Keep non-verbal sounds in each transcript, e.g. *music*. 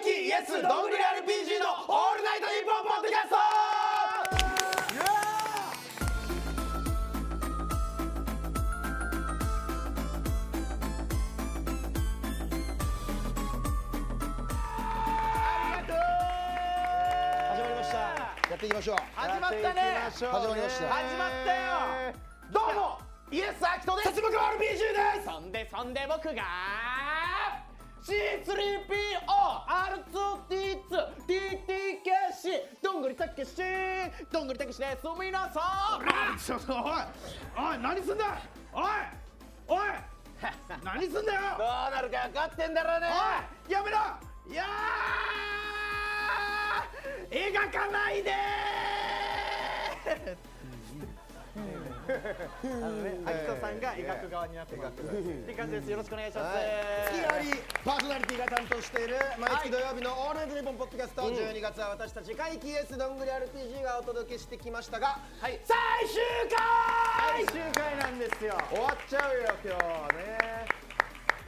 TBS どんぐり RPG の「オールナイトニッポン」ポッドキャスト始まりましたやっていきましょう始まったね始まりました始まったよどうもイエス・アキトです僕 RPG ですそんでそんで僕が C3POR2T2TTKC どんぐりたけしどんぐりたけしです皆さんちょっとおいおい何すんだおいおい何すんだよどうなるか分かってんだろうねおいやめろいやー描かないでアキトさんが描く側になってもらってくださいって感じですよろしくお願いします、月替わりパーソナリティが担当している毎月土曜日の「オールナイトニッポン」ポッドキャスト、12月は私たち怪奇 S どんぐり RPG がお届けしてきましたが、はい最終回、最終回なんですよ終わっちゃうよ今日ね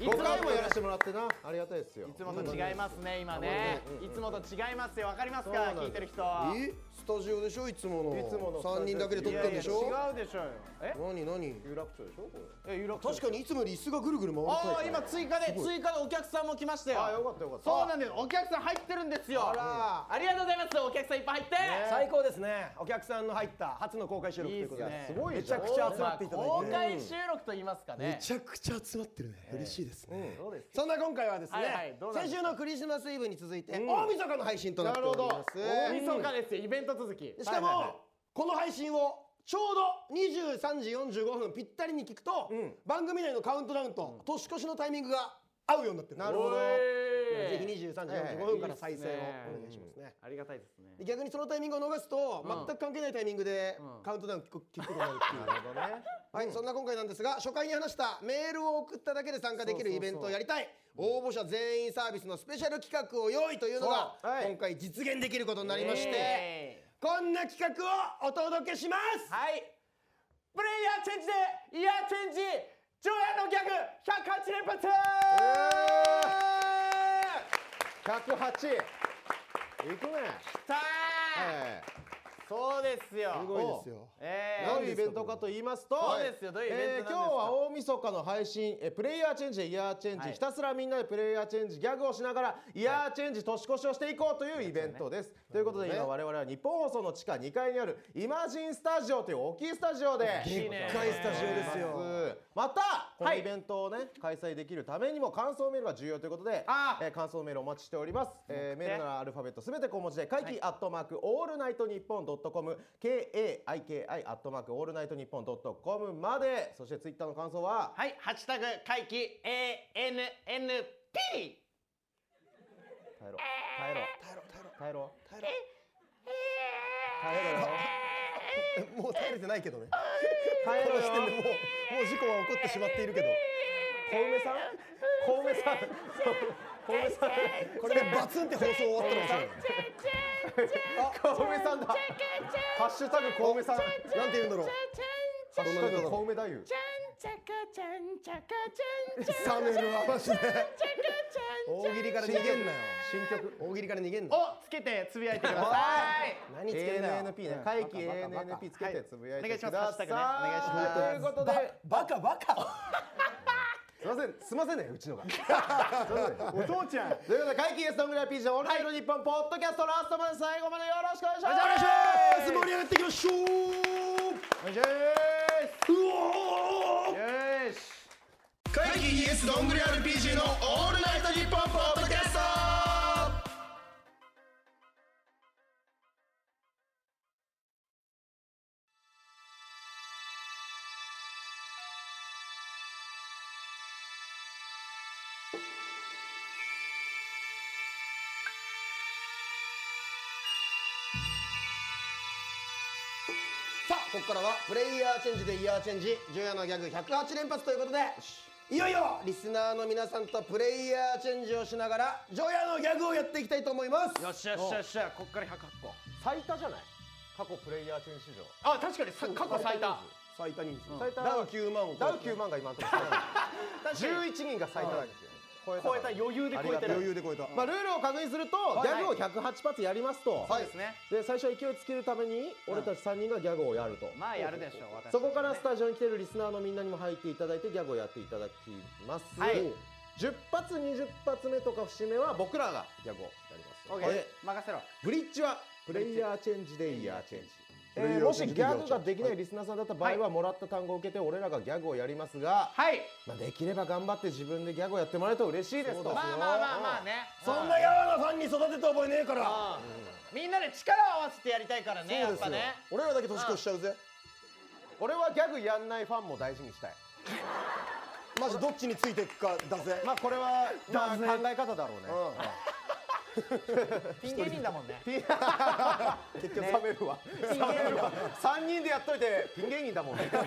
い5回もやらせてもらってなありがたいですよいいつもと違いますね今ねいつもと違いますよわかりますか聞いてる人えスタジオでしょいつものいつもの3人だけで撮ってるんでしいやいょや違うでしょうよえ何何有楽町でしょこいや有楽確かにいつもより椅子がぐるぐる回るタイプああ今追加で追加でお客さんも来ましたよあよかったよかったそうなんですお客さん入ってるんですよあありがとうございますお客さんいっぱい入って最高ですねお客さんの入った初の公開収録といいいうでこすとでねすごいめじちゃゃんくちゃ集まっていただいて、公開収録と言いますかねめちゃくちゃ集まってるね、嬉しいですね、そうですそんな今回はですね、はいはいどうなんで先すか週のクリスマスイブに続いて、大晦日の配信となっております大晦日ですよイベント続きしかも、はいはいはいこの配信をちょうど23時45分ぴったりに聞くと、番組内のカウントダウンと年越しのタイミングが合うようになってるなおーいぜひ23時45分から再生をいいっすねお願いしますねありがたいですねで逆にそのタイミングを逃すと、全く関係ないタイミングでんカウントダウン聞く聞くことになるっていう、はい、そんな今回なんですが初回に話したメールを送っただけで参加できるイベントをやりたい応募者全員サービスのスペシャル企画を用意というのが、そうはい今回実現できることになりまして、えこんな企画をお届けしますーはいプレイヤーチェンジでイヤーチェンジジョヤのギャグ108連発108いくねさあええそうですよすごいですよどういうイベントかと言いますと、そうですよどういうイベントなんですか今日は大晦日の配信、えープレイヤーチェンジ、イヤーチェンジ、はいひたすらみんなでプレイヤーチェンジ、ギャグをしながら、イヤーチェンジ、年越しをしていこうというイベントです。ということで、今我々は日本放送の地下2階にあるイマジンスタジオという大きいスタジオで、いいねでっかいスタジオですよまた、こはのいイベントをね、開催できるためにも感想メールが重要ということで、あーえー感想メールお待ちしております。えーメールならアルファベットすべて小文字で、会期アットマークオールナイトニッポンドットコム、KAIKI アットマークオールナイトニッポンドットコムまで、そしてツイッターの感想は、はい、ハッシュタグ回帰 ANNP 耐えろ、耐えろ、耐えろ、耐えろ、耐えろよ、もう耐えれてないけどね耐えころの時点でよもう。もう事故は起こってしまっているけど小梅さん、小梅さん、小梅さん、これでバツンって放送終わったのもしれない小梅さんだ。ハッシュタグ小梅さん。なんて言うんだろうハッシュタグ小梅太夫。サメルはマジで大喜利から逃げんなよ新曲。大喜利から逃げんなをつけてつぶやいてくださ *laughs* い。何つけんだよ ANNP ね、会期バカバカバカ ANNP つけてつぶやいお願ていしまくすハだッシさュタい。グねお願いしますということで、バカバカすいません、すいませんね、うち *laughs* のが。お父ちゃん。ということで、会期 S のぐらい P ジオンライト日本ポッドキャストラストまで最後までよろしくお願いします。お願いします盛り上がっていきましょうお願いしうおーます。よし。怪奇 ES どんぐり RPG のオールナイトニッポンポッドキャストさあここからはプレイヤーチェンジでイヤーチェンジジ夜のギャグ108連発ということでいよいよリスナーの皆さんとプレイヤーチェンジをしながらジョヤのギャグをやっていきたいと思いますよっしゃよっしゃよっしゃ、こっから108個。最多じゃない過去プレイヤーチェンジ史上。あ、確かにさ過去最多。最多人数最多ダウ9万をダウ9万が今のところ確かに11人が最多なんですよ超え超えた余裕で超えてる余裕で超えた。まあ、ルールを確認すると、いギャグを108発やりますと、そうですねで最初は勢いつけるために俺たち3人がギャグをやると、まあやるでしょう私そこからスタジオに来てるリスナーのみんなにも入っていただいてギャグをやっていただきます、はい10発20発目とか節目は僕らがギャグをやります OK で任せろブリッジはプレイヤーチェンジでイヤーチェンジブリッジえーもしギャグができなはいリスナーさんだった場合はもらった単語を受けて俺らがギャグをやりますが、はいまあ、できれば頑張って自分でギャグをやってもらえると嬉しいですとまあまあまあまあねそんなうヤワなファンに育てた覚えねえから。んみんなで力を合わせてやりたいからねやっぱね俺らだけ年越しちゃうぜ。俺はギャグやんないファンも大事にしたい *laughs* マジどっちについていくかだぜ。まあこれは、まあ、考え方だろうね、ピン芸人だもんね結局冷めるわ、冷めるわ3人でやっといてピン芸人だもんね冷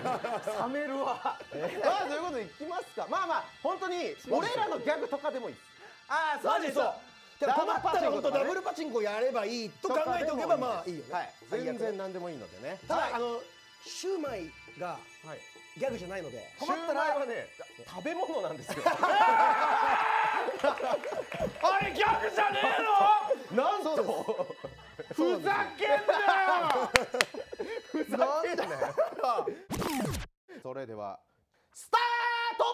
めるわ *laughs* まあということでいきますかまあまあ本当に俺らのギャグとかでもいいですああそうマでジすそう。だから困ったら本当ダダブブルルパチンコやればいいと考えておけばまあいいよね。はい最悪全ね然何でもいいのでねただあのシュウマイがはいギャグじゃないので困困っったたららはね食べ物なんですよあれギャグじゃねなんとえ *laughs* のふざけんなよなん *laughs* でねそれでは *laughs* スタート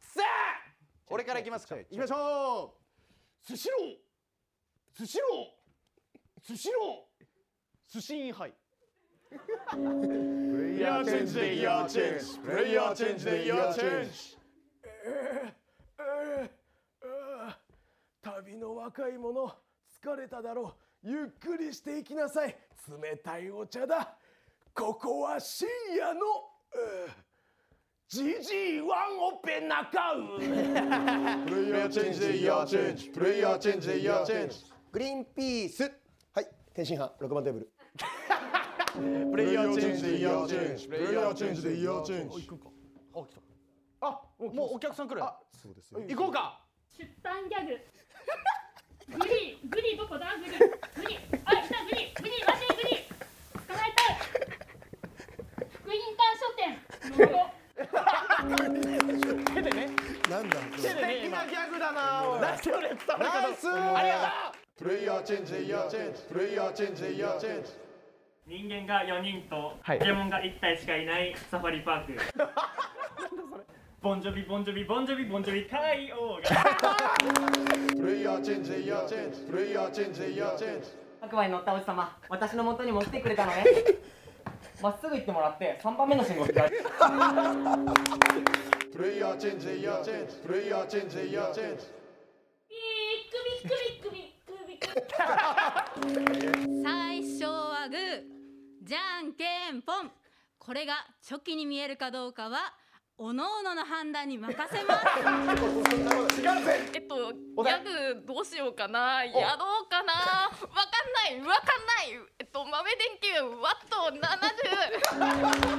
さあ俺からいきますかちょいきましょうスシロースシロースシロー寿司インハイプレイヤーチェンジでイヤーチェンジプレイヤーチェンジでイヤーチェンジ旅の若い者疲れただろうゆっくりしていきなさい冷たいお茶だここは深夜のジジイワンオペ中ウプレイヤーチェンジでイヤーチェンジプレイヤーチェンジでイヤーチェンジグリーンピースはい天津飯6番テーブルプレイヤーチェンジイヤーチェンジプレイヤーチェンジでイヤーチェンジあもうお客さん来るそうですよ行こうか出版ギャググリーグリーどこだグリーグリーあ来たグリーグリー待ってグリー捕まえたい福音館書店のロ手でねなんだ手でね今ギャグだなおいラジオで伝わるかナどうイかスありがとうプレイヤーチェンジでイヤーチェンジプレイヤーチェンジでイヤーチェンジ人間が4人とポケモンが1体しかいないサファリパーク、ボンジョビボンジョビボンジョビボンジョビ太陽がプレイヤーチェンジでイヤーチェンジプレイヤーチェンジでイヤーチェンジ白馬に乗ったおじさま私の元にも来てくれたのねまっすぐ行ってもらって3番目の信号左プレイヤーチェンジでイヤーチェンジプレイヤーチェンジでイヤーチェンジビックビックビックビックビック最初はグーじゃんけんぽんこれがチョキに見えるかどうかはおのおのの判断に任せますえっと、ギャグどうしようかな、やろうかな、わかんない、わかんない、えっと、豆電球、ワット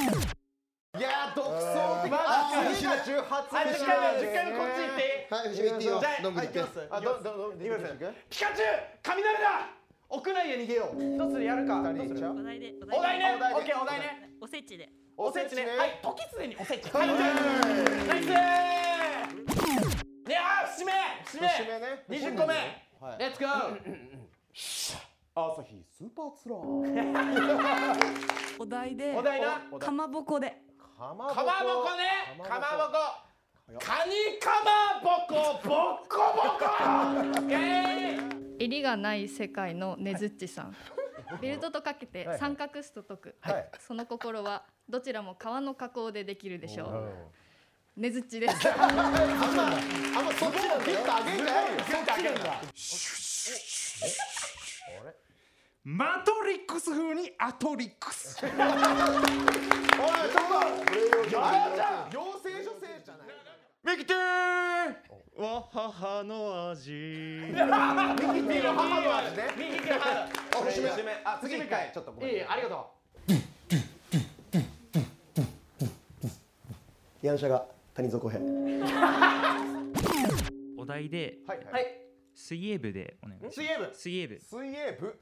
70。いやー独創的マジか次が18あ目10回目10回目こっち行ってはい藤井行っていいよじゃあどんぐり行ってはい行きますあどどどどどどどピカチュウ雷だ屋内へ逃げようどうするやるかどうするお題でお題おねオお題ねッケーお題ねおせちでおせちね。ははいい、時すでにおせち。はい、ナイス。いやー、節目、節目。節目ね二十個目。はいレッツゴー。朝日スーパーツラーお題でお題な。かまぼこでかまかまぼこね。かまぼこ。カニかまぼこ、ぼっこぼこ。イエーイ襟がない世界のねずっちさん、ベルトとかけて三角すと解く、はいその心はどちらも革の加工でできるでしょうねずっちですあんまそっちのギッと上げんじゃないよ全部開けるんだ。マトリックス風にアトリックスあれじゃん養成所生じゃないミキテーわ母の味右手の母の味ね。右手の母の味。あ節目あ次一回ちょっとごめんいい、ありがと。ヤンシャが谷底へお題ではいうははいい、水泳部でお願いします水泳部。水泳部水泳部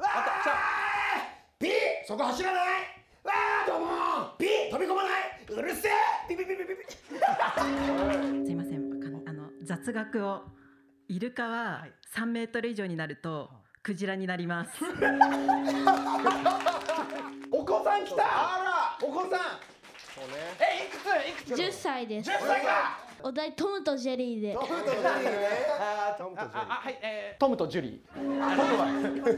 ピーそこ走らないわあどうもーピ飛び込まないうるせえピピピピピピすいませんあのあの雑学をイルカは3メートル以上になるとクジラになりますお子さん来たあらお子さんえいくついくつ10歳です10歳かお題トムとジェリーでトムとジェリーねあトムとジェリーあはいえトムとジュリー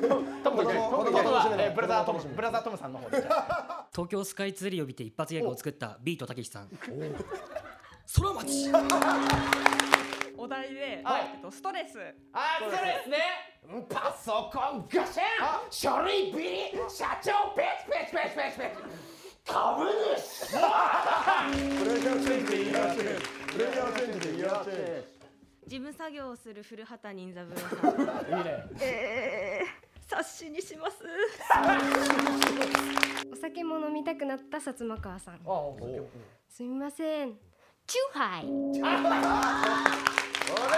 トムとジェリートムとジェリーえーブラザートムブラザートムさんの方で東京スカイツリーを見て一発ギャグを作ったビートたけしさん空町 *laughs* お題で、えっと、ストレスあーストレスねパソコンガシャン書類ビリ社長ペチペチペチペチペチ株主プレイヤーチェンジでイヤーチェンジプレイヤーチェンジでイヤーチェンジ事務作業をする古畑任三郎 *laughs* さんいいねえー、冊子にします *laughs* お酒も飲みたくなった薩摩川さんすみませんチューハイこ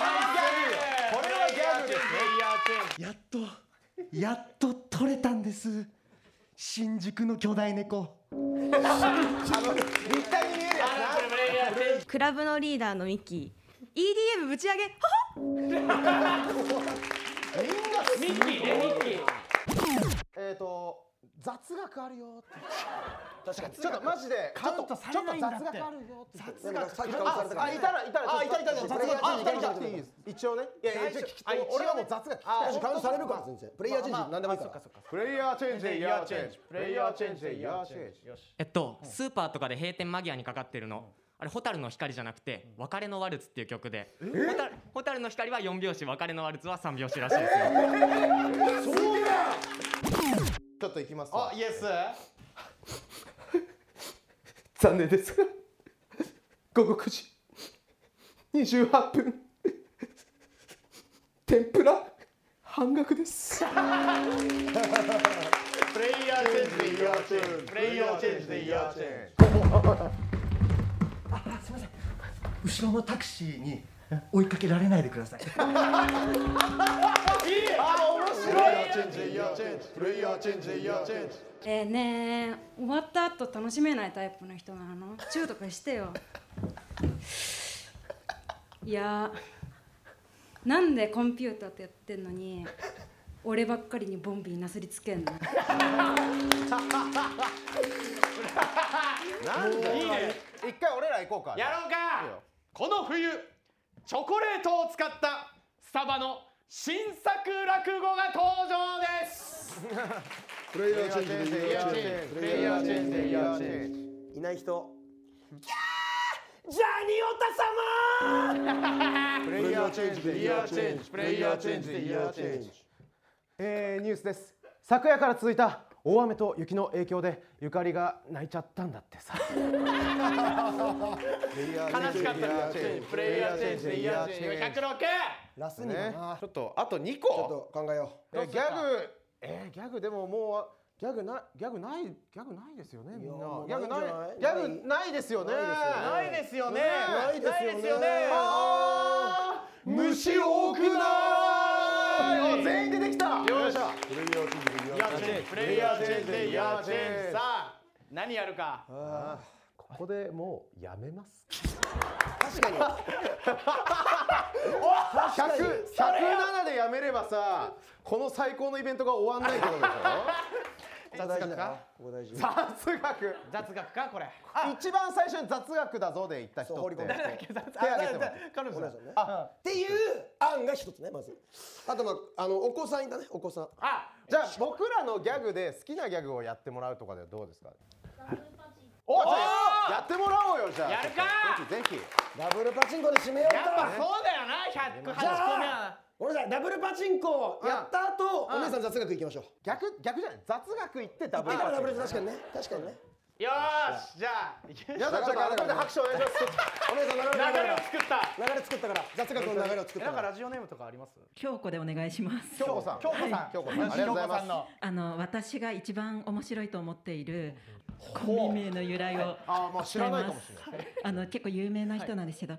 れはギャグですねやっとやっと取れたんです新宿の巨大猫立体に見えるやクラブのリーダーのミキ EDM ぶち上げはみんなミッキーねミッキーえっと雑学あるよ確かにちょっとマジでカウントされないんだってちょっと雑学あるよ雑学さっきカウントされたからあいたらいたらあいたいたいた雑学あいたいたいいです一応ねいやいやちょっと聞きたい俺はもう雑学聞きあたいカウントされるから全然プレイヤーチェンジ何でもいいからプレイヤーチェンジイヤーチェンジプレイヤーチェンジイヤーチェンジえっとスーパーとかで閉店間際にかかってるのあれ「蛍の光」じゃなくて「別れのワルツ」っていう曲で蛍「蛍の光」は4拍子「別れのワルツ」は3拍子らしいですよそうだちょっと行きますあイエス残念ですが午後9時28分天ぷら半額 *laughs* ですプレイヤーチェンジでイヤーチェンジプレイヤーチェンジでイヤーチェンジ後ろのタクシーに追いかけられないでくださいあ面白いチェンジイヤーチェンジプレイヤーチェンジイヤーチェンジえー、ねえ終わった後楽しめないタイプの人なの中毒してよいやなんでコンピューターってやってんのに俺ばっかりにボンビーなすりつけんのなんだよいいね一回俺ら行こうかやろうかこの冬チョコレートを使ったスタバの新作落語が登場ですプレイヤーチェンジでイヤーチェンジプレイヤーチェンジでイヤーチェンジいない人ジャニオタ様プレイヤーチェンジでイヤーチェンジプレイヤーチェンジでイヤーチェンジえー、ニュースです昨夜から続いた大雨と雪の影響でゆかりが泣いちゃったんだってさ悲しかったプレイヤーチェンジでイヤーチェンジ106ラスにだちょっとあと2個ちょっと考えよえギャグえー、ギャグでももうギャグなギャグないギャグないですよねみんなもうギャグないないんギじゃないャグないですよねないですよねないですよねないですよねあー虫多くないあ全員出てきたよっししゃプレイヤーチェンジでイイヤヤーーチェンジプレイヤーチェンジでイヤーチェンジチェンジさあ何やるかここでもうやめます確かに100 107でやめればさこの最高のイベントが終わんないってことでし雑学かここ大事ょ雑学雑学かこれ一番最初に雑学だぞで言った人って手挙げてもらって彼女あっていう案が一つねまずあとまああのお子さんいたねお子さんあじゃあ僕らのギャグで好きなギャグをやってもらうとかではどうですかおじゃあやってもらおうよじゃあやるかぜひぜダブルパチンコで締めようやっぱかそうだよな108個目じゃはあごめんなさいダブルパチンコやった後うんお姉さん雑学いきましょう逆逆じゃない雑学言ってダブだルからダブルパ確チンかにね確かにねよーしじゃあコ皆さんちょっと改めて拍手お願いしますお姉さん流れ流れを作った流れ作ったから雑学の流れを作っなたんかからラジオネームとかあります京子でお願いします京子さん京子さん京子さんありがとうございますのあの私が一番面白いと思っているコンビ名の由来をあーまあ知らないかもしれないあの結構有名な人なんですけど、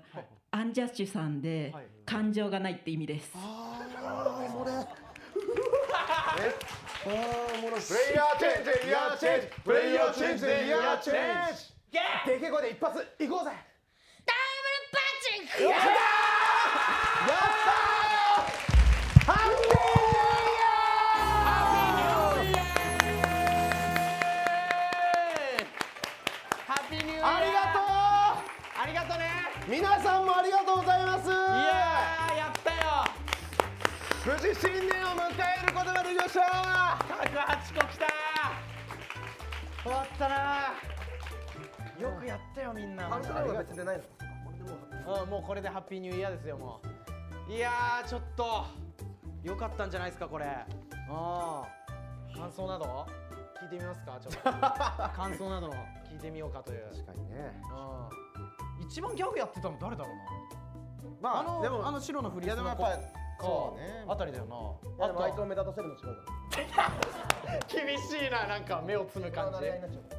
アンジャッシュさんで、はい感情がないって意味ですあーそれプレイヤーチェンジイヤーチェンジプレイヤーチェンジイヤーチェンジでけえ声で一発いこうぜやったーハッピーニューイヤーハッピーニューイヤーありがとうありがとうね皆さんもありがとうございますいやーやったよ無事新年を迎えることができました108個きた終わったなよくやったよみんなあれそれは別に出ないのうんもうこれでハッピーニューイヤーですよもういやーちょっと良かったんじゃないですかこれうん感想など聞いてみますかちょっと *laughs* 感想など聞いてみようかという確かにねうん一番ギャグやってたの誰だろうなまああのでもあの白のフリースのいやでもやっぱそうねあたりだよなあとあいつを目立たせるの違うから厳しいななんか目をつむ感じ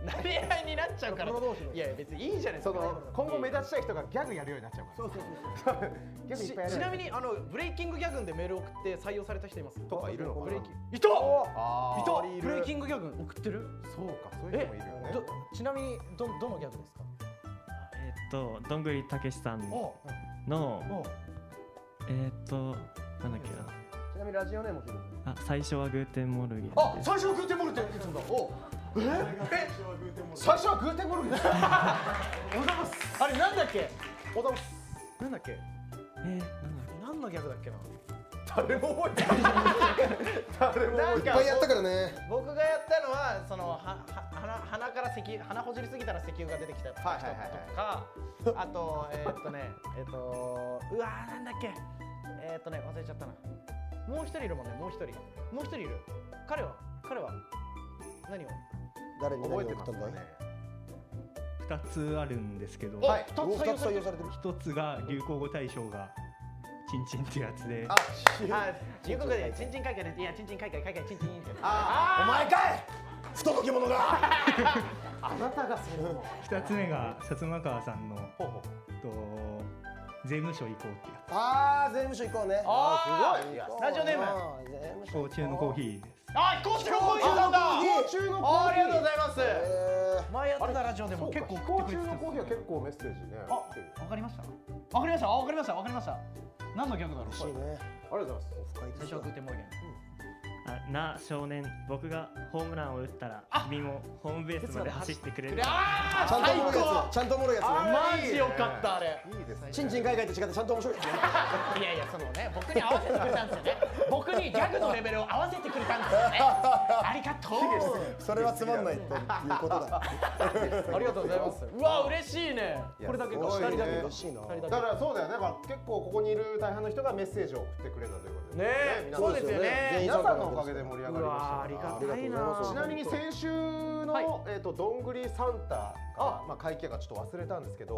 なれ合いになっちゃうからいや別にいいじゃないですそかの今後目立ちたい人がギャグやるようになっちゃうからそうそうそうそうギャグいっちぱいやるちなみにあのブレイキングギャグンでメール送って採用された人いますとかいるのかないブレイキンいたあーいたいるブレイキングギャグン送ってるそうかそういう人もいるよねどちなみにどどのギャグですかえっと、どんぐりたけしさんの、えっと、なんだっけな。ちなみにラジオネーム聞いてあ、最初はグーテンモルゲン。あ最初はグーテンモルゲンって言うんだおええ最初はグーテンモルゲン *laughs* おはようございますあれなんだっけおはようございますなんだっけえ何のギャグだっけな誰も覚えてない誰も覚えてないいっぱいやったからね僕がやったのはそのはは鼻鼻から石油鼻ほじりすぎたら石油が出てきた人とか、はいはいはいあとえーっとねえーっとうわーなんだっけえーっとね忘れちゃったなもう一人いるもんねもう一人もう一人いる彼は彼は何を誰に何を送ったんだい二つあるんですけど。おはい二つ採用されてるされてる。一つが流行語大賞が。チンチンってやつで。あ中国でチンチン海外でいやチンチン海外海外チンチンってあーお前かい不届き者が。あなたがそれを二つ目が薩摩川さんの。と。税務署行こうってやあー税務署行こうねあ税ー務署行こうすごいラジオネームあー税務つ。飛行中のコーヒーです。あ、飛行中のコーヒーなんだ。飛行中のコーヒーあありがとうございます。前やっあてたラジオでも結構飛行中のコーヒーは結構メッセージねあわかりました。わかりました。あわかりました。わかりました。何の逆だろう。こありれがとうございます最初はグーテンモルゲン。あなあ少年僕がホームランを打ったら君もホームベースまで走ってくれるあちゃんとおもろいやつちゃんとおもろいやつあマジよかったあれ。チンチン海外と違ってちゃんと面白いやいやいやそのね僕に合わせてくれたんですよね。僕にギャグのレベルを合わせてくれたんですよね。ありがとう。つそれはつまんないということだありがとうございます。うわ嬉しいね。いやこれだけか。すごいね二人だけか。だからそうだよねだから結構ここにいる大半の人がメッセージを送ってくれたということでねえ皆さんそうですよね皆さんのおかげで盛り上がりましたうわありがたいなちなみに先週の、えっ、とどんぐりサンタあまあ会計がちょっと忘れたんですけど、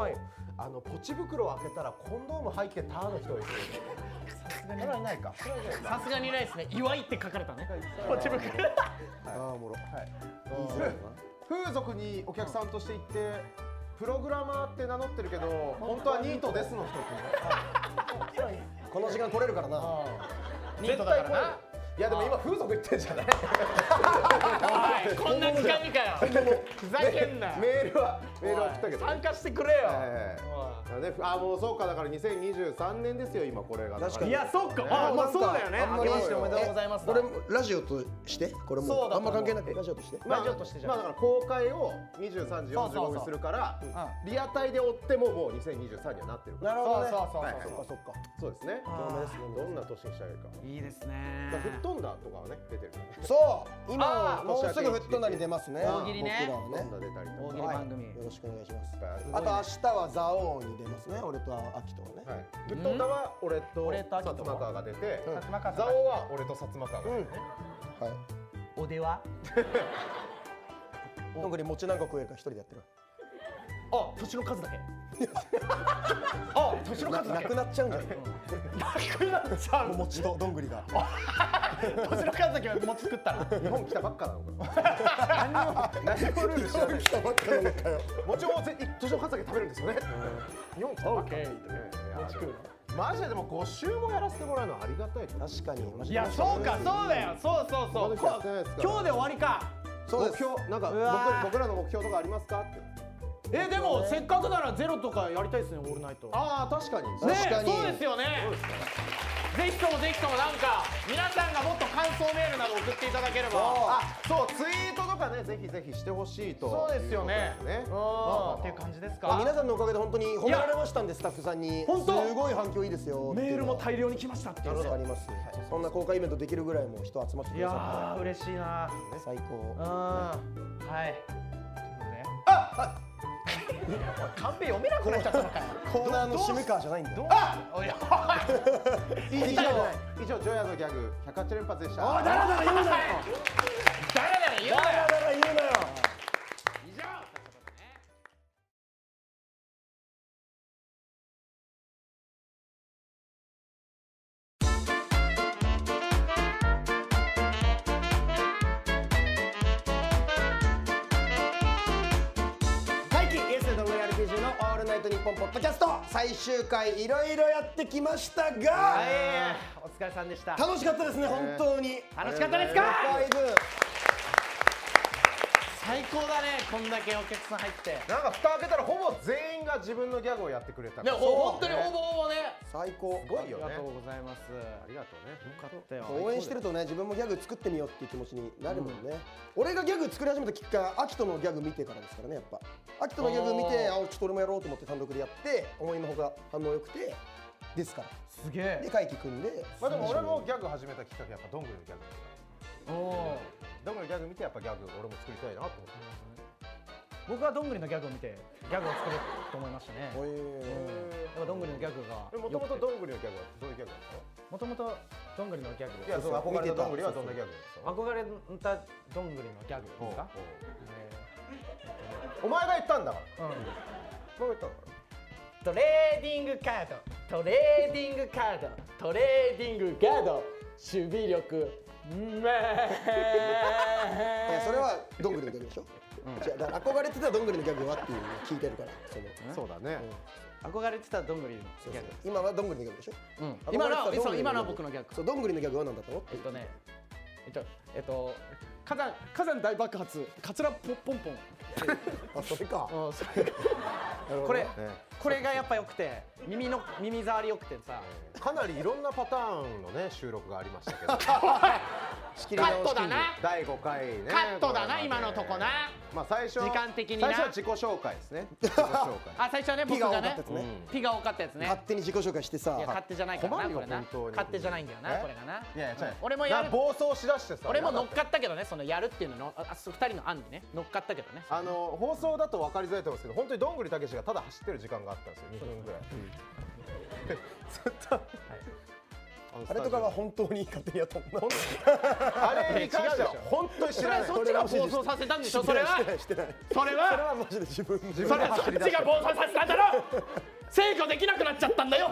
あのポチ袋を開けたらコンドーム入ってたの人いるさそれはいないかさすがにないですね。祝いって書かれたね。こっち向く。ああおもろはい風俗にお客さんとして行ってプログラマーって名乗ってるけど本当はニートですの人ってねこの時間取れるからなニートだからないやでも今風俗行ってんじゃないおいこんな時間にかよふざけんなメールはメールは送ったけどおい参加してくれよええだからねあもうそうかだから2023年ですよ今これが確かにいやそっかあまあそうだよね明けましておめでとうございますだこれもラジオとしてこれそうもだあんま関係なくラジオとしてまあ、まあだから公開を23時そうそうそう45分にするからリアタイで追ってももう2023にはなってるからなるほどねそうそうはいそうそうそっかそうですねあーどんな年にしてあげるかいいですねだから吹っ飛んだとかはね出てるからねそう今あーもうすぐ吹っ飛んだり出ますね大喜利ね僕らはねどんどん出たりとかはいよろしくお願いしますあと明日はザオーに出ますね俺とアキとはね吹っ飛んだは俺と薩摩川が出て蔵王は俺と薩摩川が出てねはいおではどんぐり餅何個食えるか一人でやってるあ年の *laughs* 数だけあ年の数だけなくなっちゃうんじゃないなくなっちゃう餅とどんぐりが年の数だけはもう作ったら日本来たばっかなの *laughs* か何にも何にもルール知らない来たばっかなのかよもちろんぜ年の数だけ食べるんですよね日本来たばっかなんでねいやーマジででも5週もやらせてもらうのはありがたい確かにいやそうかそうだよそうそうそうここでしかやってないですから今日で終わりかそうです目標なんかうわー僕僕らの目標とかありますかってえでもせっかくならゼロとかやりたいですねオールナイトああ確かにねそうですよねぜひともぜひともなんか皆さんがもっと感想メールなど送っていただければあそうツイートとかねぜひぜひしてほしいとそうですよねいうことですねうんまあっていう感じですまあか皆さんのおかげで本当に褒められましたんでスタッフさんに本当すごい反響いいですよメールもって大量に来ましたっていいううのねがありますそんな公開イベントできるぐらいもう人集まっていくださやー嬉しいなって最高うんはいということでカンペ読めなくなっちゃ *laughs* ったのかよコーナーの締めかじゃないんだよ以上以上ジョヤのギャグ108連発でしたおいだらだら言うなよだらだら言うなよだらだら言うなよ大輝ゲストで WRPG の「オールナイトニッポン」ポッドキャスト最終回いろいろやってきましたが、はいお疲れさんでした楽しかったですね、本当に楽しかったですかだいぶ最高だねこんだけお客さん入ってなんか蓋開けたらほぼ全員が自分のギャグをやってくれたね、ほ本当にほぼぼほぼね。最高すごいよねありがとうございます。ありがとうね。よかったよ。応援してるとね自分もギャグ作ってみようっていう気持ちになるもんね、俺がギャグ作り始めたきっかけアキトのギャグ見てからですからねやっぱアキトのギャグ見てああちょっと俺もやろうと思って単独でやって思いのほか反応良くてですからすげえで会議組んでまあでも俺もギャグ始めたきっかけやっぱどんぐりのギャグおおー。どんぐりのギャグ見てやっぱギャグ俺も作りたいなと思って僕はどんぐりのギャグを見てギャグを作ると思いましたね。うんやっぱどんぐりのギャグがもともとどんぐりのギャグはどういうギャグなんですかもともとどんぐりのギャグ。いやそう憧れたどんぐりはどんなギャグですか憧れたどんぐりのギャグですか。お前が言ったんだかえーうんらお前が言ったんだトレーディングカードトレーディングカードトレーディングガード守備力めいやそれはどんぐりのギャグでしょ、違うだから憧れてたどんぐりのギャグはっていうのを聞いてるからそのそうだね、憧れてたどんぐりのギャグ今はどんぐりのギャグでしょ、今のは憧れてたどんぐりギャグそう今のは僕のギャグそうどんぐりのギャグは何だったのえっとねえっとえっと火山火山大爆発カツラポンポンポンあそれかうんそ *laughs* れかこれこれがやっぱ良くて耳の耳障り良くてさかなりいろんなパターンのね収録がありまし *laughs* たけど仕切りカッ直トしだな第5回ねカットだなこれま今でのとこなまあ最初時間的にな最初は自己紹介で *laughs* すね自己紹介あ最初はね僕ピが多かがったやねつねピが多かったやつね勝手に自己紹介してさいや勝手じゃないからなこれな勝手じゃないんだよなえこれがないやいやちょい俺もやるな暴走しだしてさ俺も乗っかったけどねそのやるっていうののああそう二人の案にね乗っかったけどねあの放送だと分かりづらいと思うんですけど本当にどんぐりたけしがただ走ってる時間があったんですよ2分ぐらい、 *laughs* ずっと、あれとかは本当に勝手にやったもんな *laughs* あれに関しては本当に知らないそれはそっちが暴走させたんでしょそれはしてないしてないそれはそれはマジで自分自それはそっちが暴走させたんだ *laughs* ろ制御できなくなっちゃったんだよ、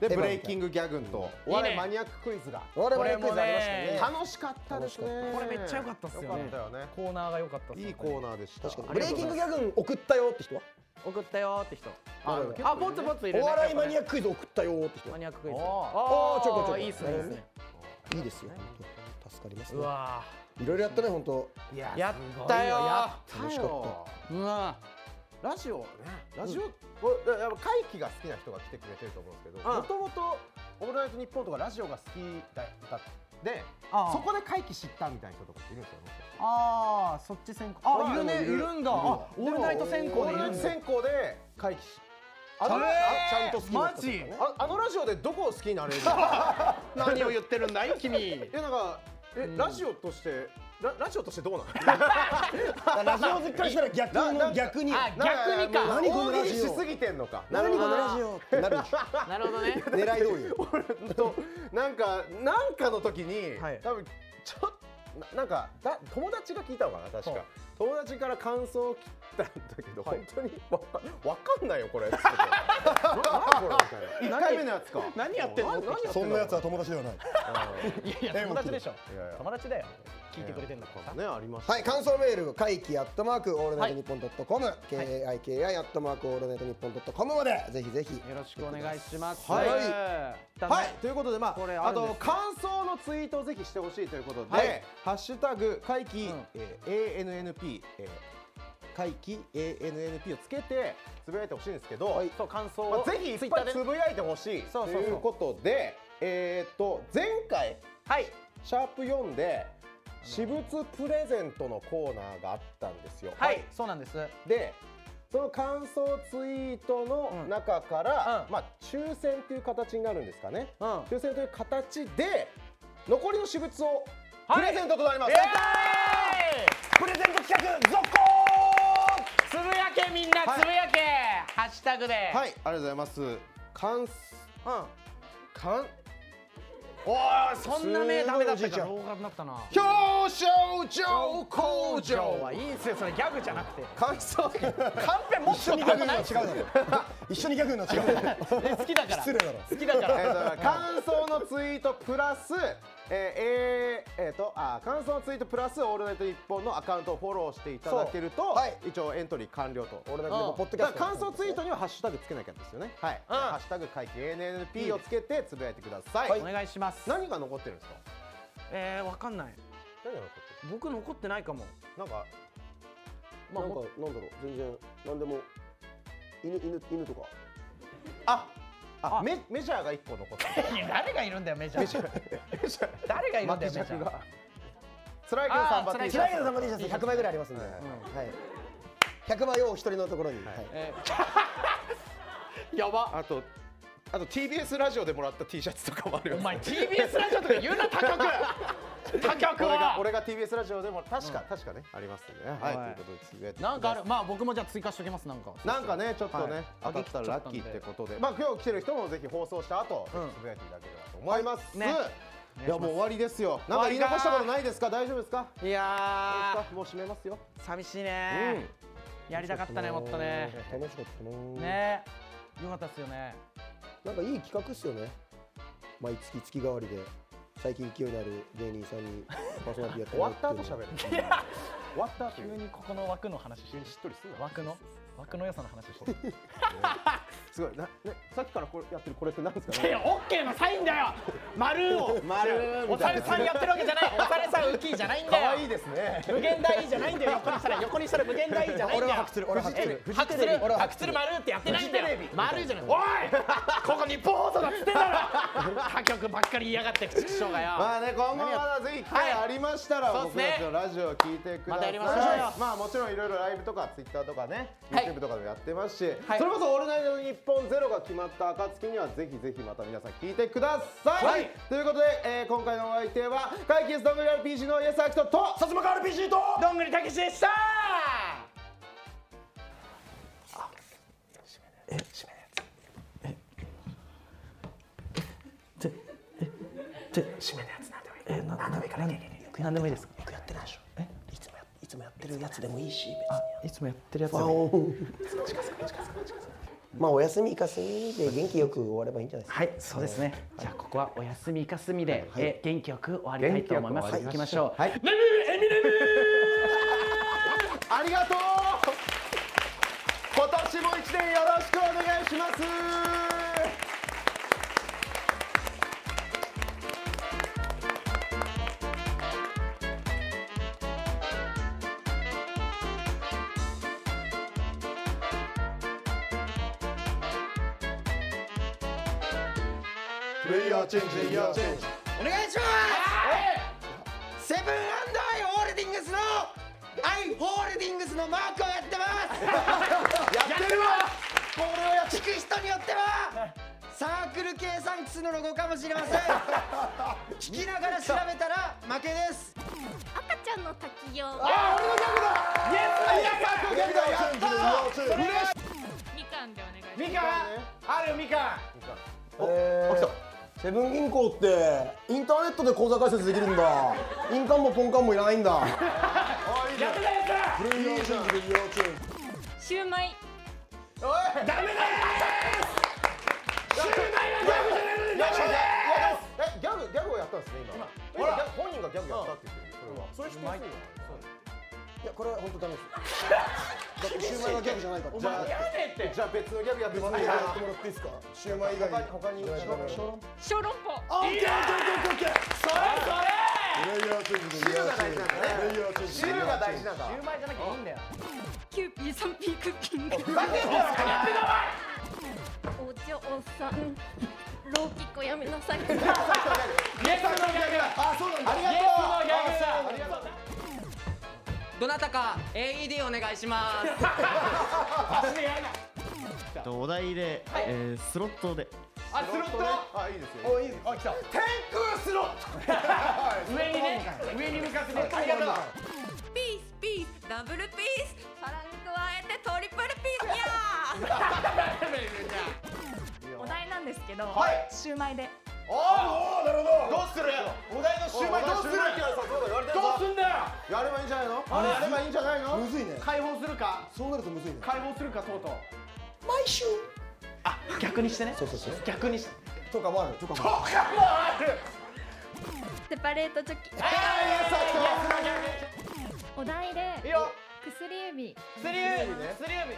でブレイキングギャグンと *laughs* お笑いマニアッククイズが我々クイこれもズありましたねね楽しかったですねこれめっちゃ良かったっすよね良かったよねコーナーが良かったっすよねいいコーナーでした確かあにブりがレとイうございますキングギャグ送ったよって人は送ったよーって人あ誰だ、あボツボツいるねお笑いマニアッククイズ送ったよって人マニアッククイズああちょこちょこいいっすねいいっすねいいですよ本当助かりますうわいろいろやったね本当いややったよすごいよやったようわラジオねラジオ、これやっぱ会期が好きな人が来てくれてると思うんですけどうんもともと「オールナイトニッポン」とかラジオが好きだったでそこで会期知ったみたいな人とかっているんですよねああそっち先行あいるねいるんだあオールナイト先行オーでいルるナイんトだ先行で会期しあのえーあちゃんと好きになったマとかジああのラジオでどこを好きになれるの *laughs* 何を言ってるんだい君いやなんかえ、ラジオとしてララジオとしてどう *laughs* なのラジオ好きからしたら逆のななん逆にあ逆にかなん何このラジオ大喜利しすぎてんのか何このラジオってなるでしょなるほどね狙い通りよ俺 *laughs* となんかなんかの時に、多分ちょっとななんかだ友達が聞いたのかな確か、友達から感想をったんだけど、本当にわかわかんないよこれ *laughs* っつっててななんこれみたいな1回目のやつか何やってんのな何やってんのそんなやつは友達ではないいやいや友達でしょいやいや友達だよ聞いてくれてんだからねありましたはい、感想メール、会期アットマークオールナイトニッポンドットコム、KIKI アットマークオールナイトニッポンドットコムまで、ぜひぜひ。よろしくお願いしますはい。はい、ということで、まこれあ、ああるんですと感想のツイートをぜひしてほしいということで、はいハッシュタグ会期、えー ANNP、えー、会期 ANNP をつけてつぶやいてほしいんですけど、そう感想まをあ、ぜひいっぱいつぶやいてほしいそうそうそうということで、えー、っと前回、はい、シャープ4で私物プレゼントのコーナーがあったんですよ。はい、そうなんですでその感想ツイートの中から、まあ、抽選という形になるんですかね、抽選という形で残りの私物をプレゼントとなります、プレゼント企画続行つぶやけみんなつぶやけ、ハッシュタグではいありがとうございますかんすかんおーそんな目ダメだったからすごいおじいちゃん老眼になったな表彰状工場はいいですよそれギャグじゃなくて感想カンペ持って一緒にギャグには違うだろ一緒にギャグには違うだろ好きだから失礼だろ好きだからえーと感想のツイートプラスえー、えーえーとあー感想のツイートプラスオールナイト日本のアカウントをフォローしていただけると、一応エントリー完了とオールナイトニッポ *laughs* ンポッドキャストだから感想ツイートにはハッシュタグつけなきゃですよねはい、ハッシュタグ会計 NNP をつけてつぶやいてください、お願いします何が残ってるんですかえー、わかんない何が残って僕残ってないかもなんかまあなんか、なんだろう、全然、なんでも。犬、犬、犬とか。あメメジャーが一個残ってるいや *laughs* 誰がいるんだよメジャー誰がいるんだよメジャー辛いけどあ三ー番辛い白いの玉 T シャツ100枚ぐらいありますんで、はい。100枚をお一人のところに。はいえーやばあとあと TBS ラジオでもらった T シャツとかもあるよお前 TBS ラジオとか言うな高く高く俺がは俺が TBS ラジオでも確か、確かねありますんでねはい、はいということでつぶやいてくださいなんかあるまあ僕もじゃあ追加しときますなんかなんかねちょっとね、はい当たったらラッキーってことでまあ今日来てる人もぜひ放送した後、ぜひつぶやいていただければと思います、ねいやもう終わりですよなんか言い残したことないですか大丈夫ですかいやーもう閉めますよ寂しいね、やりたかったねもっとね楽しかったなーねよかったっすよねなんかいい企画っすよね毎月月替わりで最近勢いのある芸人さんにパーソナリティやってもらってる *laughs* の終わった後喋いや終わった後急にここの枠の話してしっとりする枠の枠の良さの話してるすごいな、ね、さっきからこれやってるこれって何ですかいやオッケーのサインだよ丸を丸おさるさんやってるわけじゃないおさるさんウキーじゃないんだよ可愛いですね無限大じゃないんだよ横にしたら横にしたら無限大じゃないんだよ俺は白鶴俺は白鶴え白鶴俺は白白鶴鶴丸ってやってないんだよフジテレビ丸じゃないおいここ日本放送だっつってんだろ他局ばっかり言いやがって畜生がよまあね、今後何やまだぜひ機会ありましたら、はいそうっす僕ねたちのラジオを聞いてください。またやりましょうよまあもちろんいろいろライブとかツイッターとかね、YouTube とかでもやってますし、はいそれこそオールナイト日本ゼロが決まった暁にはぜひぜひまた皆さん聞いてください。はいということで、えー今回のお相手は会計スタンド RPG の安明人と、薩摩川 RPG と。どんぐりたけしでしたちょ締めのやつなんでもいいえなんでもいいから何でもいいですよくやってないでしょえいつもやいつもやってるやつでもいいし別にいつもやってるやつわおまあお休みかすみで元気よく終わればいいんじゃないですかはい、そうですね。じゃあここはお休みかすみで、え元気よく終わりたいと思います。元気よく終わりまし行きましょょうう。はいレムエミレム。ありがとう。今年も一年よろしくお願いします。プレイヤーチェンジイヤーチェンジお願いしますセブンアンダーイホールディングスのアイホールディングスのマークをやってますやってるわこれをやって聞く人によってはサークル計算機のロゴかもしれません聞きながら調べたら負けです赤ちゃんの滝行あイエス俺のギャグだイエスだやったそれはみかんでお願いしますみかん、あるみかえー、セブン銀行ってインターネットで口座開設できるんだ印鑑もポンカンもいらないんだん。やってたやつだ。プレイヤーチェンジでイヤーチェンジシューマイおいダメだシューマイはギャグじゃないのにダメえギャグギャグをやったんですね今ほらえギャグ本人がギャグやったって言ってるそれはそれ否定するよいやこれは本当ダメですだってシューマイはギャグじゃないからお前じゃあやめてじゃあ別のギャグやってもらって別のギャグもらっていいですかシューマイ以外他に小籠小籠包オッケーオッケーオッケーオッケーそれそれレイヤーチェンジでレイヤーチェン汁ジレイヤーチェンジが大事なんだ汁シューマイじゃなきゃいいんだよキューピーさんピークッキングふざけんなよやってお嬢さんローキックやめなさいイエスのギャグあそうなんだありがとイエうスのギャグどなたか AED お願いします足でやるなお題で、えースロットであスロットねあいいですよおいいですあ来た天空スロット上にね上に向かってねありがとうピースピースダブルピースさらに加えてトリプルピースお題なんですけど、はいシューマイであーおーなるほどどうするお題のシューマイどうするお題のシューマイってやつはそうだ言われてるぞどうすんだよやればいいんじゃないのあれやればいいんじゃないのむずいね解放するかそうなるとむずいね解放するかとうとう毎週逆にしてねそうそうそう逆にしとかもあるとかもああるるセパレートチョキお題でいいよ薬指薬指薬指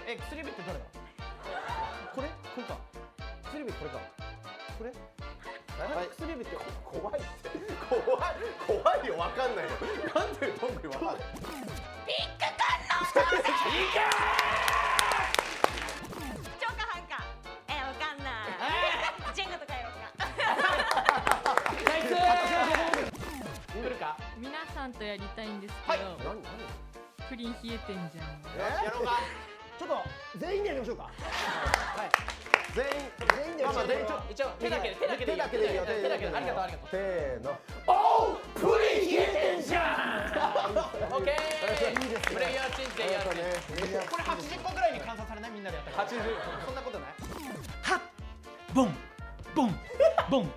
え薬指ってどれだこれこれか薬指これかこれはい薬指って怖いって怖い怖いよわかんないよなんでどんぐりわかんないピンク缶のお父さんいけ超過半かえわかんないジェンガとかやろうかナイス来るか皆さんとやりたいんですはけいど、何プリン冷えてんじゃんやろうかちょっと全員でやりましょうかはい全員全員でやりましょう一応手だけで手だけでいいよ手だけでいいよ手だけでありがとうありがとうせーのおうプリン冷えてんじゃんオッケーいいですねプレイヤーチェンジでやるねこれ80個ぐらいに換算されないみんなでやったから80そんなことないボンボンボン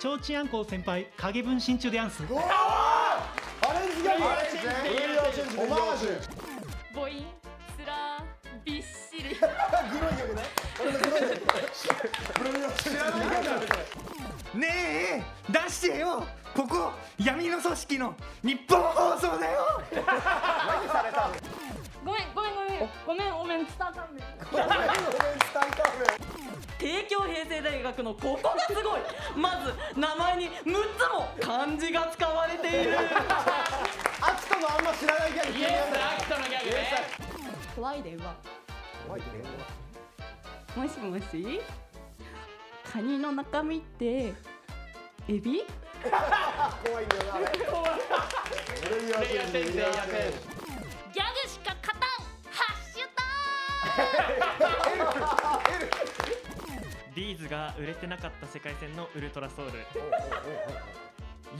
ちょうちんあんこ先輩影分身中でやんすアレンジギャグアレンジギャグレイヤーチェンジオマージュ母音すらーびっしりグロい曲ね知らないんだねえ出してよここ闇の組織の日本放送だよ何されたのごめんごめんごめんごめんごめんスタータンメン帝京平成大学のここがすごいまず名前に6つも漢字が使われているアキトのあんま知らないギャグイエスアキトのギャグね怖いでうわ怖いねもしもしカニの中身ってエビ怖いんだよなあれレイヤーチェンジレイヤーチェンジギャグしか勝たんハッシュタビーズが売れてなかった世界線のウルトラソウル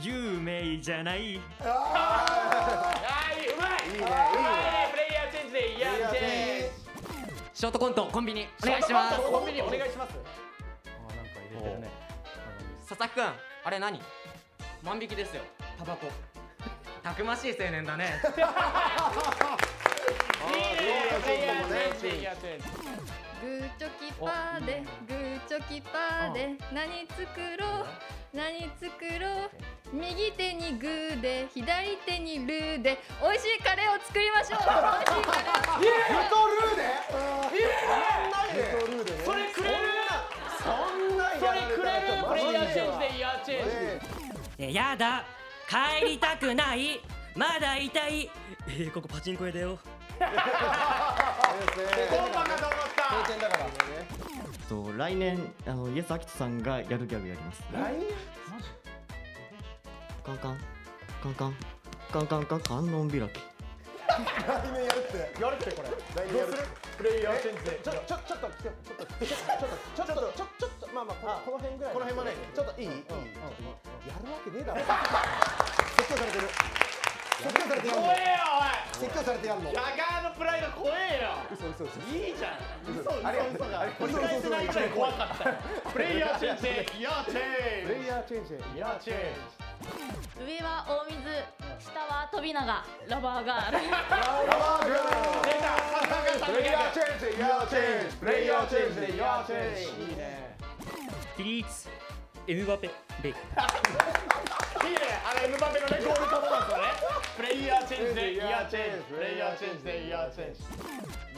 有名じゃないはい、うまい。いいねいいねはいプレイヤーチェンジで、いプレイやヤーチチェェンンジ。ジショートコントコンビニお願いしますショートコントコンビニお願いします。入れてるね佐々木くんあれ何万引きですよタバコたくましい青年だねプレイヤーチェンジ、プレイヤーチェンジ。グーチョキパーでグーチョキパーで何作ろう何作ろう右手にグーで左手にルーで美味しいカレーを作りましょう美味しいカレーをルトルいいねーでルトルーでねそれくれるそんなんそやれられくれるたプらちょレっイヤとマジでーチェンジで、いやチェンジ。やだ帰りたくないまだ痛いえーここパチンコ屋だ *laughs* よコンパかと思った。経験だからと来年あのイエスアキトさんがやるギャグやります来年カンカンカンカンカンカンカン観音開き来年やるってやるってこれ来年やるってプレイヤーチェンジでちょちょちょっと来てちょっとちょっとちょっとちょっとちょっとまあまあこの辺ぐらいこの辺までねちょっといいいいちょっといいやるわけねえだろ説教されてる説教されてる怖えよ説教されてやんのジャガーのプライド怖えよ嘘嘘嘘いいじゃん嘘嘘ありがとう嘘が折り返せ嘘ないぐらい怖かったよプレイヤーチェンジイヤーチェンレジイヤーチェンジイヤーチェン上は大水下は飛長ラバーガールジ出たプレイヤーチェンジイヤーチェンジプレイヤーチェンジイヤーチェンジいいねキリーツエムバペベイいいねあれエムバペのねゴールカバーなんですよねプレイヤーチェンジでイヤーチェンジプレイヤーチェンジでイヤーチェンジ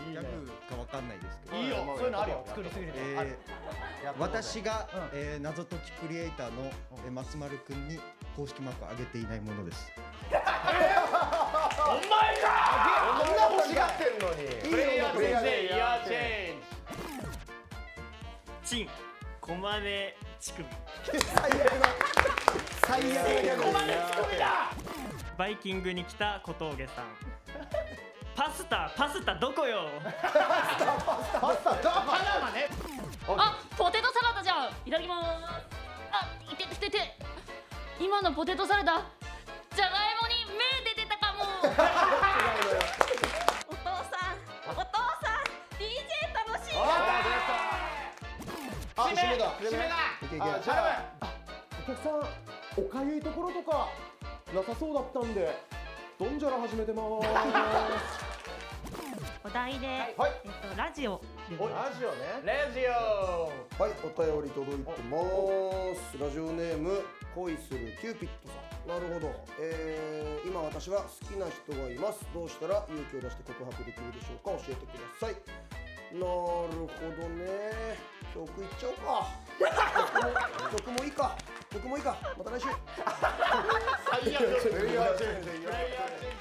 ギャグかわかんないですけど。いいよそういうのあるよ作りすぎるとえーある私が、えー謎解きクリエイターの、えー松丸くんに公式マークを上げていないものです。お前かこんな欲しがってんのにプレイヤーチェンジでイヤーチンェンジチンコマネ乳首最悪ここまでツッコミだバイキングに来た小峠さんパスタパスタどこよパスタパスタパナマねあポテトサラダじゃんいただきますあいてててて今のポテトサラダじゃがいもに目出てたかもお父さんお父さん DJ 楽しいあ締めだ締めだいけいけあじゃあお客さんおかゆいところとかなさそうだったんでドンジャラ始めてまーすお題で、えっと、ラジオラジオねレジオはい、お便り届いてます。ラジオネーム恋するキューピッドさん。なるほど。えー、今私は好きな人がいます。どうしたら勇気を出して告白できるでしょうか。教えてください。なるほどね。曲いっちゃおうか。曲も曲もいいか。曲もいいか。また来週。最悪プレイヤーチェンジプレイヤーチェンジ